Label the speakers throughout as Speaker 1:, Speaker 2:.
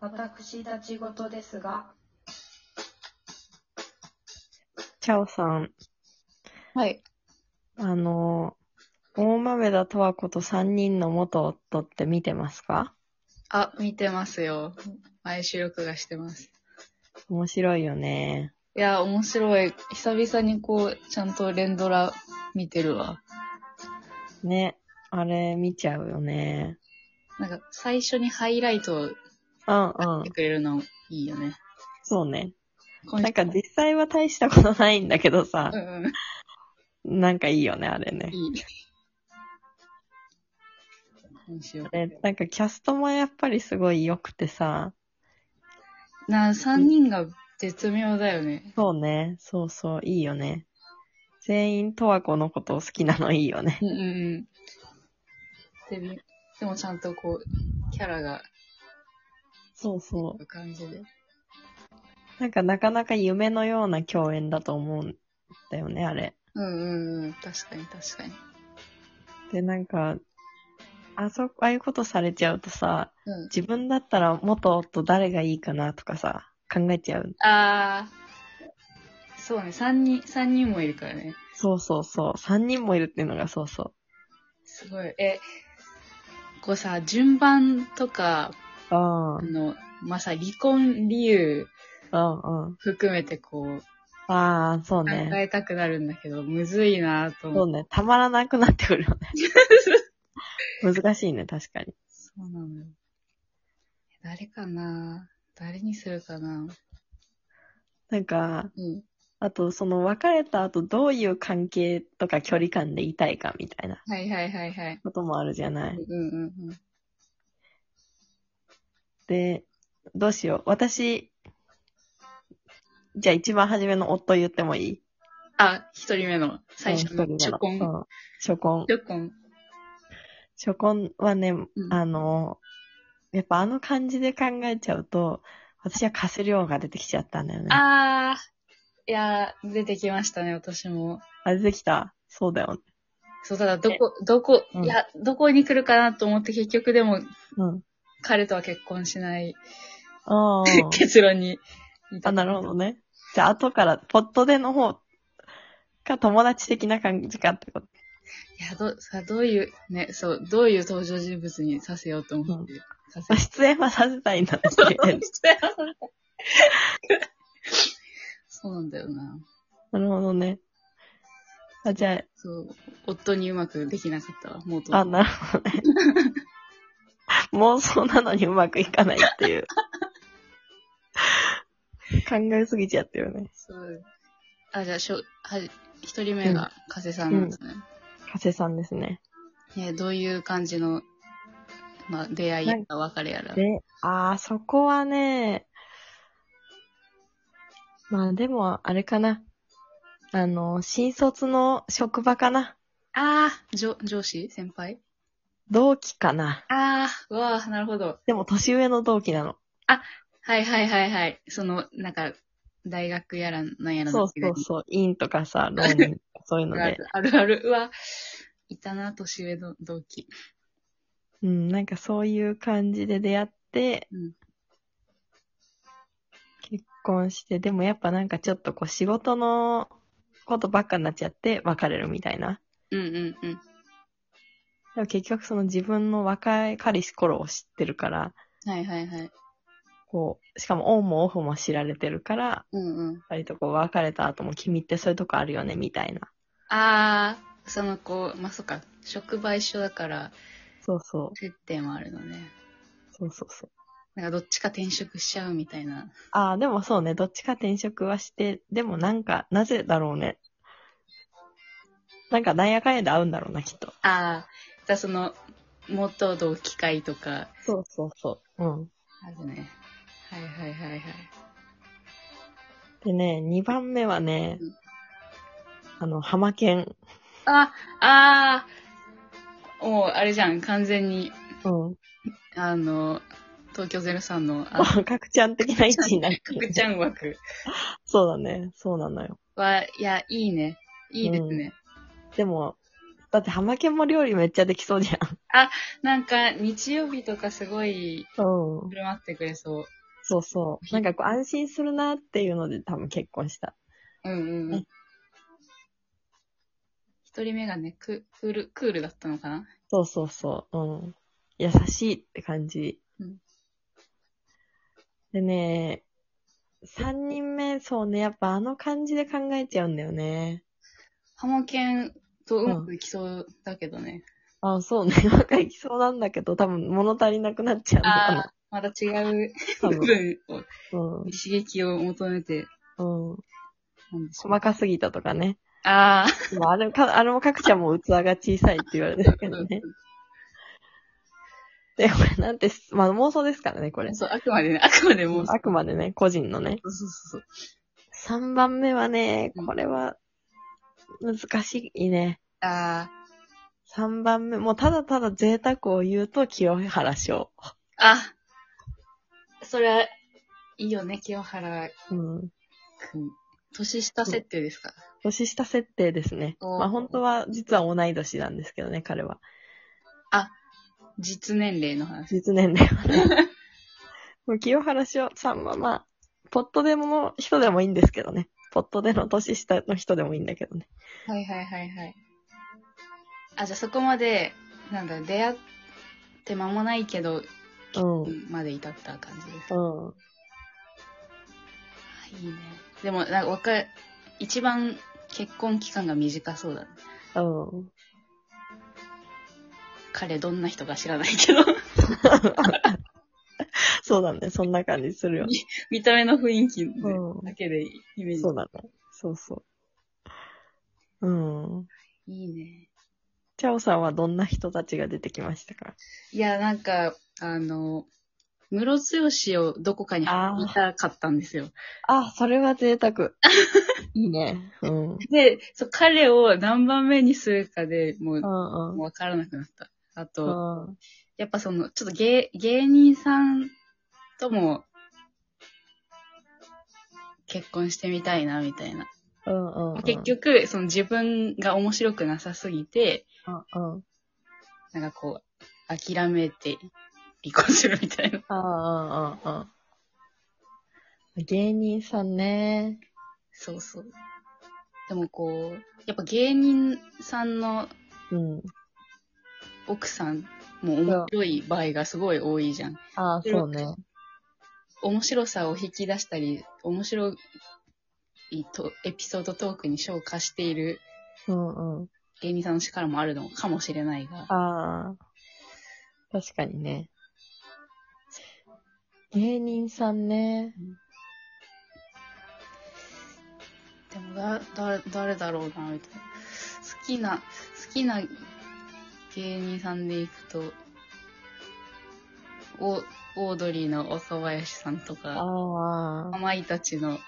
Speaker 1: 私たち事ですが、
Speaker 2: チャオさん、
Speaker 3: はい。
Speaker 2: あの、大豆田十和子と3人の元夫って見てますか
Speaker 3: あ、見てますよ。毎週録画してます。
Speaker 2: 面白いよね。
Speaker 3: いや、面白い。久々にこう、ちゃんと連ドラ見てるわ。
Speaker 2: ね。あれ、見ちゃうよね。
Speaker 3: なんか、最初にハイライトを
Speaker 2: うんう
Speaker 3: やっ
Speaker 2: ん
Speaker 3: て。くれるのいいよね。
Speaker 2: そうね。
Speaker 3: 今
Speaker 2: なんか実際は大したことないんだけどさ
Speaker 3: う、んう
Speaker 2: なんかいいよね、あれね
Speaker 3: ん。。いい。何しよ
Speaker 2: あれ
Speaker 3: う。
Speaker 2: なんかキャストもやっぱりすごい良くてさ、
Speaker 3: な、三人が絶妙だよね。
Speaker 2: そうね。そうそう、いいよね。全員十和子のことを好きなのいいよね。
Speaker 3: うんうんうん。でみでもちゃんとこう、キャラが、
Speaker 2: そうそう。
Speaker 3: 感じで。
Speaker 2: なんかなかなか夢のような共演だと思うんだよね、あれ。
Speaker 3: うんうんうん。確かに確かに。
Speaker 2: で、なんか、あそ、ああいうことされちゃうとさ、
Speaker 3: うん。
Speaker 2: 自分だったら元夫誰がいいかなとかさ、考えちゃう。
Speaker 3: あー。そうね、三人、三人もいるからね。
Speaker 2: そうそうそう。三人もいるっていうのがそうそ
Speaker 3: すごい。え、こうさ、順番とか、
Speaker 2: う。うん。う
Speaker 3: あ
Speaker 2: ん
Speaker 3: の、まあ、さ、離婚理由
Speaker 2: うん。
Speaker 3: 含めてこう、
Speaker 2: ああ、そう
Speaker 3: 考
Speaker 2: ね。
Speaker 3: えたくなるんだけど、むずいなと
Speaker 2: そ
Speaker 3: 思
Speaker 2: う
Speaker 3: って。
Speaker 2: ね。たまらなくなってくるよ ね。難しいね、確かに。
Speaker 3: そうなのよ。誰かな誰にするかな
Speaker 2: なんか、
Speaker 3: うん。
Speaker 2: あと、その別れた後どういう関係とか距離感でいたいかみたいな
Speaker 3: はいはいはいはい。
Speaker 2: こともあるじゃな
Speaker 3: う
Speaker 2: い。
Speaker 3: んうんうん。
Speaker 2: で、どうしよう。私、じゃあ一番初めの夫言ってもいい
Speaker 3: あ、一人目の、最初の、
Speaker 2: うん一
Speaker 3: 初
Speaker 2: 人目
Speaker 3: 婚。
Speaker 2: のうん初婚。
Speaker 3: 初婚。
Speaker 2: 初婚はね、
Speaker 3: ん
Speaker 2: あの、やっぱあの感じで考えちゃうと、私はカス量が出てきちゃったんだよね。
Speaker 3: あー。いやー、出てきましたね、私も。
Speaker 2: あ、出てきた。そうだよね。
Speaker 3: そう、ただ、どこ、どこ、
Speaker 2: うん
Speaker 3: いや、どこに来るかなと思って、結局でも、
Speaker 2: うん。
Speaker 3: 彼とは結婚しない
Speaker 2: ああ。
Speaker 3: 結論に。
Speaker 2: あ、なるほどね。じゃあ後から、ポットでの方か友達的な感じかってこと。
Speaker 3: いや、ど、さ、どういう、ね、そう、どういう登場人物にさせようと思ってる。させ
Speaker 2: まあ出演はさせたいんだね。
Speaker 3: そうなんだよな。
Speaker 2: なるほどね。あ、じゃあ、
Speaker 3: そう、夫にうまくできなかったわ、もうと。
Speaker 2: あ、なるほどね。妄想なのにうまくいかないっていう。考えすぎちゃってるね。
Speaker 3: そう。あ、じゃあ、しょ、はじ、一人目が、加瀬さんですね。
Speaker 2: 加瀬さんですね。
Speaker 3: えーどういう感じの、まあ、出会いやら別れやら。
Speaker 2: で、あー、そこはね、まあでも、あれかな。あの、新卒の職場かな。
Speaker 3: ああ、上、上司先輩
Speaker 2: 同期かな。
Speaker 3: ああ、うわあ、なるほど。
Speaker 2: でも、年上の同期なの。
Speaker 3: はいはいはいはい。その、なんか、大学やらなんやら
Speaker 2: そ
Speaker 3: の
Speaker 2: うそう
Speaker 3: 時
Speaker 2: そう。院とかさ、浪 人とかそういうの
Speaker 3: 々あ
Speaker 2: で。
Speaker 3: るあるある。うわ、いたな、年上の同期。
Speaker 2: うん、なんかそういう感じで出会って、
Speaker 3: うん
Speaker 2: 結婚して、でもやっぱなんかちょっとこう仕事のことばっかになっちゃって別れるみたいな。
Speaker 3: うんうんうん。
Speaker 2: でも結局その自分の若い彼氏頃を知ってるから、
Speaker 3: はいはいはい。
Speaker 2: こう、しかもオンもオフも知られてるから、
Speaker 3: うんうん。
Speaker 2: 割とこう別れた後も君ってそういうとこあるよねみたいな。
Speaker 3: ああ、その子、まあ、そっか、職場一緒だから、
Speaker 2: そうそう、
Speaker 3: 接点はあるのね。
Speaker 2: そうそうそう。
Speaker 3: なんか、どっちか転職しちゃうみたいな。
Speaker 2: ああ、でもそうね、どっちか転職はして、でもなんか、なぜだろうね。なんか、なんやかんやで会うんだろうな、きっと。
Speaker 3: ああ、じゃあその、元同期会とか、
Speaker 2: そうそうそう。うん。
Speaker 3: あるね。はいはいはいはい。
Speaker 2: でね、2番目はね
Speaker 3: うん、
Speaker 2: あの、浜県。
Speaker 3: あ、ああ、もう、あれじゃん、完全に、
Speaker 2: うん。
Speaker 3: あの、東京03の、 あの、
Speaker 2: あ、かくちゃん的な位置になる。
Speaker 3: くちゃん枠
Speaker 2: そうだね、そうなのよ。
Speaker 3: は、いや、いいね。いいですね。
Speaker 2: でも、だって、ハマケンも料理めっちゃできそうじ
Speaker 3: なんか、日曜日とかすごい、
Speaker 2: ゃん。うん
Speaker 3: 振。る舞ってくれそう。
Speaker 2: そうそう。なんかこう、安心するなっていうので、多分結婚した。
Speaker 3: うんうんう
Speaker 2: うん
Speaker 3: ん。一人目がね、ククール、クールだったのかな
Speaker 2: そうそうそう。うん。優しいって感じ。
Speaker 3: うん
Speaker 2: でね、三人目、そうね、やっぱあの感じで考えちゃうんだよね。
Speaker 3: ハモケンとうまくいきそうだけどね。
Speaker 2: あ、そうね。 なんかいきそうなんだけど、多分物足りなくなっちゃうん
Speaker 3: あ
Speaker 2: だ
Speaker 3: あ、また違う
Speaker 2: 多
Speaker 3: 部
Speaker 2: 分。
Speaker 3: 分を、
Speaker 2: う
Speaker 3: 刺激を求めて、
Speaker 2: ん。うん。
Speaker 3: なんでしょう。
Speaker 2: 細かすぎたとかね。
Speaker 3: あ
Speaker 2: まあ、あれか、あれも各社も器が小さいって言われてる
Speaker 3: あ、
Speaker 2: け どね。で、これなんて、まあ妄想ですからね、これ。
Speaker 3: そう、あくまでね、あくまでもう、
Speaker 2: あくまでね、個人のね。
Speaker 3: そうそうそう。
Speaker 2: 3番目はね
Speaker 3: う、ん
Speaker 2: これは、難しいね。
Speaker 3: あ
Speaker 2: 3番目、もうただただ贅沢を言うと清原翔。
Speaker 3: あ、あ、それは、いいよね、清原
Speaker 2: うん。
Speaker 3: くん。年下設定ですか、
Speaker 2: 年下設定ですね。
Speaker 3: おー
Speaker 2: まあ本当は、実は同い年なんですけどね、彼は。
Speaker 3: 実年齢の話。
Speaker 2: 実年齢はね。 もう清原翔さんはまあ、ポットでも人でもいいんですけどね。ポットでの年下の人でもいいんだけどね。
Speaker 3: はいはいはいはい。あ、じゃあそこまで、なんだ、出会って間もないけど、
Speaker 2: うん。う
Speaker 3: まで至った感じですか。
Speaker 2: ん。
Speaker 3: あいいね。でも、なんか、わかる、一番結婚期間が短そうだね。
Speaker 2: うん。
Speaker 3: 彼どんな人か知らないけど、
Speaker 2: そうだね。そんな感じするよね。
Speaker 3: 見た目の雰囲気で
Speaker 2: うん。
Speaker 3: だけでイメージ。
Speaker 2: そうだね。そうそう。うん。
Speaker 3: いいね。
Speaker 2: チャオさんはどんな人たちが出てきましたか
Speaker 3: いや、なんか、あの、ムロツヨシをどこかに見たかったんですよ。
Speaker 2: あ、それは贅沢。いいね。うん。うん
Speaker 3: で、そう彼を何番目にするかでもう、も
Speaker 2: うん
Speaker 3: う。わからなくなった。あ
Speaker 2: う
Speaker 3: と、
Speaker 2: んうん
Speaker 3: やっぱその、ちょっと芸、芸人さんとも、結婚してみたいな、みたいな。
Speaker 2: うんうん。
Speaker 3: 結局、その自分が面白くなさすぎて、
Speaker 2: うんうん。
Speaker 3: なんかこう、諦めて離婚するみたいな。
Speaker 2: ああ、ああ、ああ。芸人さんね。
Speaker 3: そうそう。でもこう、やっぱ芸人さんの
Speaker 2: うん。
Speaker 3: 奥さんも面白い場合がすごい多いじゃん。
Speaker 2: ああ、そうね。
Speaker 3: 面白さを引き出したり、面白いとエピソードトークに昇華している
Speaker 2: うんうん。
Speaker 3: 芸人さんの力もあるのかもしれないが。
Speaker 2: ああ。確かにね。芸人さんね。
Speaker 3: でもだ、だ、誰だろうな、みたいな。好きな、好きな芸人さんでいくと、オオードリーの若林さんと
Speaker 2: あ
Speaker 3: か、
Speaker 2: あ
Speaker 3: か。まいたちの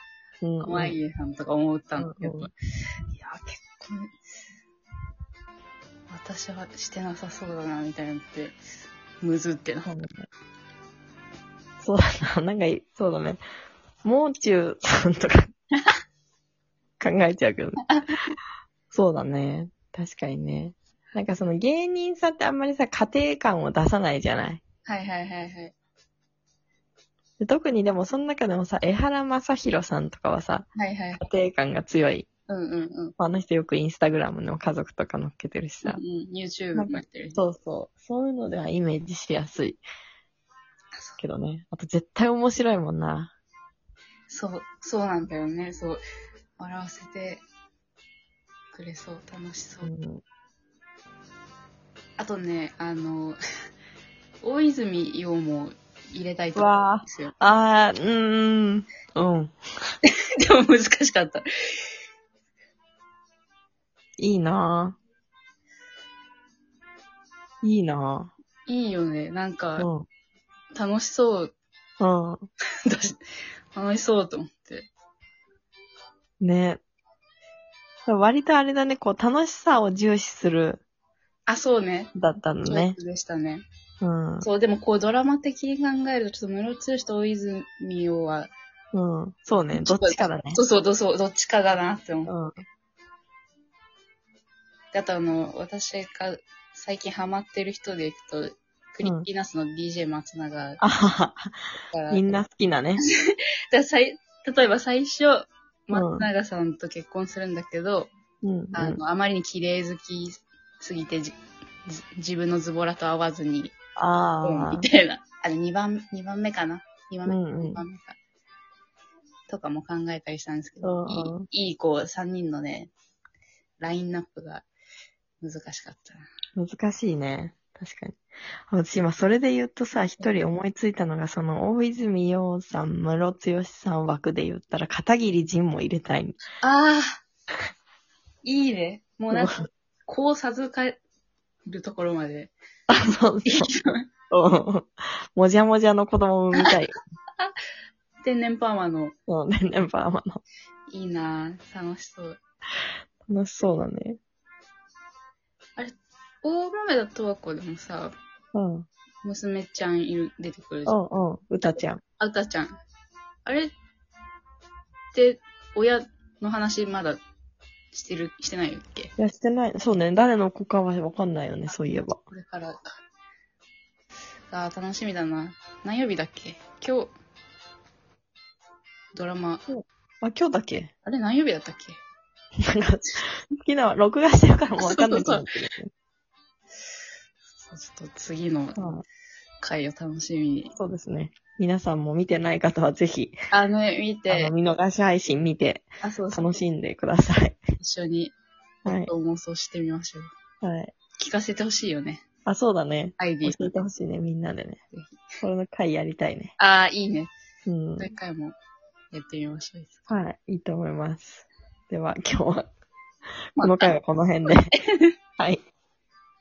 Speaker 2: うんうん
Speaker 3: かまいげさんとか思ったんだけど、
Speaker 2: うんうん
Speaker 3: いや、結婚、私はしてなさそうだな、みたいなのって、むずってな。
Speaker 2: そうだな、なんかい、そうだね。もう中さんとか、考えちゃうけどね。そうだね。確かにね。なんかその芸人さんってあんまりさ、家庭感を出さないじゃない。
Speaker 3: はいはいはいはい。
Speaker 2: で特にでもその中でもさ、江原正宏さんとかはさ、
Speaker 3: はいはい。
Speaker 2: 家庭感が強い。
Speaker 3: うんうんうん。
Speaker 2: あの人よくインスタグラムの家族とか載っけてるし
Speaker 3: うん
Speaker 2: さ。
Speaker 3: うん、YouTube もやってる。
Speaker 2: そうそう。そういうのではイメージしやすい
Speaker 3: あそう
Speaker 2: けどね。あと絶対面白いもんな。
Speaker 3: そう、そうなんだよね。そう。笑わせてくれそう。楽しそうう。
Speaker 2: ん。
Speaker 3: あとね、あの、大泉洋も入れたいと
Speaker 2: う
Speaker 3: 思
Speaker 2: わ
Speaker 3: うん
Speaker 2: ー
Speaker 3: ですよ。
Speaker 2: あー、うーん。うん。
Speaker 3: でも難しかった。
Speaker 2: いいなぁ。いいない
Speaker 3: いよね。なん
Speaker 2: ぁ。
Speaker 3: か、
Speaker 2: う
Speaker 3: 楽しそう。
Speaker 2: ん。う
Speaker 3: だし楽しそうと思って。
Speaker 2: ん。ね。割とあれだね、こう、楽しさを重視する、
Speaker 3: あ、そうね。
Speaker 2: だったの
Speaker 3: チョイ
Speaker 2: ね。
Speaker 3: スでしたね。
Speaker 2: うん。
Speaker 3: そう、でもこうドラマ的に考えると、ちょっと室津吉と大泉洋は、
Speaker 2: うん。そうね。どっちかだね。
Speaker 3: そうそう、どそうどっちかだなって思う。
Speaker 2: うん。
Speaker 3: であとあの、私が最近ハマってる人でいくと、クリッピーナスの DJ 松永か
Speaker 2: あはは
Speaker 3: ら、
Speaker 2: みんな好きなね。
Speaker 3: でさい例えば最初、
Speaker 2: うん
Speaker 3: 松永さんと結婚するんだけど、
Speaker 2: うん、うん。
Speaker 3: あの、あまりに綺麗好きすぎてじ、じ自分のズボラと合わずに、うん
Speaker 2: ああ
Speaker 3: み。たいな。あれ、2番、二番目かな ?2 番
Speaker 2: う
Speaker 3: 目、
Speaker 2: んう
Speaker 3: 二
Speaker 2: ん。
Speaker 3: 番目か。とかも考えたりしたんですけ
Speaker 2: うん
Speaker 3: ど、
Speaker 2: うん
Speaker 3: いい、いい、こう、3人のね、ラインナップが難しかったな。
Speaker 2: 難しいね。確かに。私今それで言うとさ、一人思いついたのが、その、大泉洋さん、ムロツヨシさん枠で言ったら、片桐仁も入れたい。
Speaker 3: ああ いいね。もうなんか、こう授かるところまで。
Speaker 2: あ、 そう
Speaker 3: いい
Speaker 2: そ
Speaker 3: な
Speaker 2: う。うんもじゃもじゃの子供を産みたい。
Speaker 3: 天然パーマの、
Speaker 2: そうね、ネバーマの。
Speaker 3: いいなぁ楽しそう。
Speaker 2: 楽しそうだね。
Speaker 3: 大豆田とわ子でもさ、
Speaker 2: うん。うん
Speaker 3: 娘ちゃんいる、出てくるじゃん。
Speaker 2: うん。うたちゃん。
Speaker 3: あうたちゃん。あれって、親の話まだしてる、してないっけ
Speaker 2: いや、してない。そうね、誰の子かはわかんないよね、そういえば。
Speaker 3: これからか。あー楽しみだな。何曜日だっけ今日、ドラマ、
Speaker 2: あ、今日だっけ
Speaker 3: あれ何曜日だったっけ
Speaker 2: なんか、好きな、録画してるからもうわかんないけど。
Speaker 3: そうそうちょっと次の
Speaker 2: うん
Speaker 3: 回を楽しみに。
Speaker 2: そうですね。皆さんも見てない方はぜひ、
Speaker 3: あの、ね、見
Speaker 2: あの、
Speaker 3: て、
Speaker 2: 見逃し配信見て、
Speaker 3: あ、そうそう、
Speaker 2: 楽しんでくださ い。
Speaker 3: 一緒に
Speaker 2: はい。
Speaker 3: 妄想してみましょう。
Speaker 2: はい。
Speaker 3: 聞かせてほしいよね。
Speaker 2: あ、そうだね。
Speaker 3: アイディ
Speaker 2: 教えてほしいね、みんなでね
Speaker 3: ぜ。
Speaker 2: これの回やりたいね。
Speaker 3: ああ、いいね。
Speaker 2: うん
Speaker 3: もう。一回もやってみましょう。
Speaker 2: はい。い いと思います。では、今日は、この回はこの辺で。はい。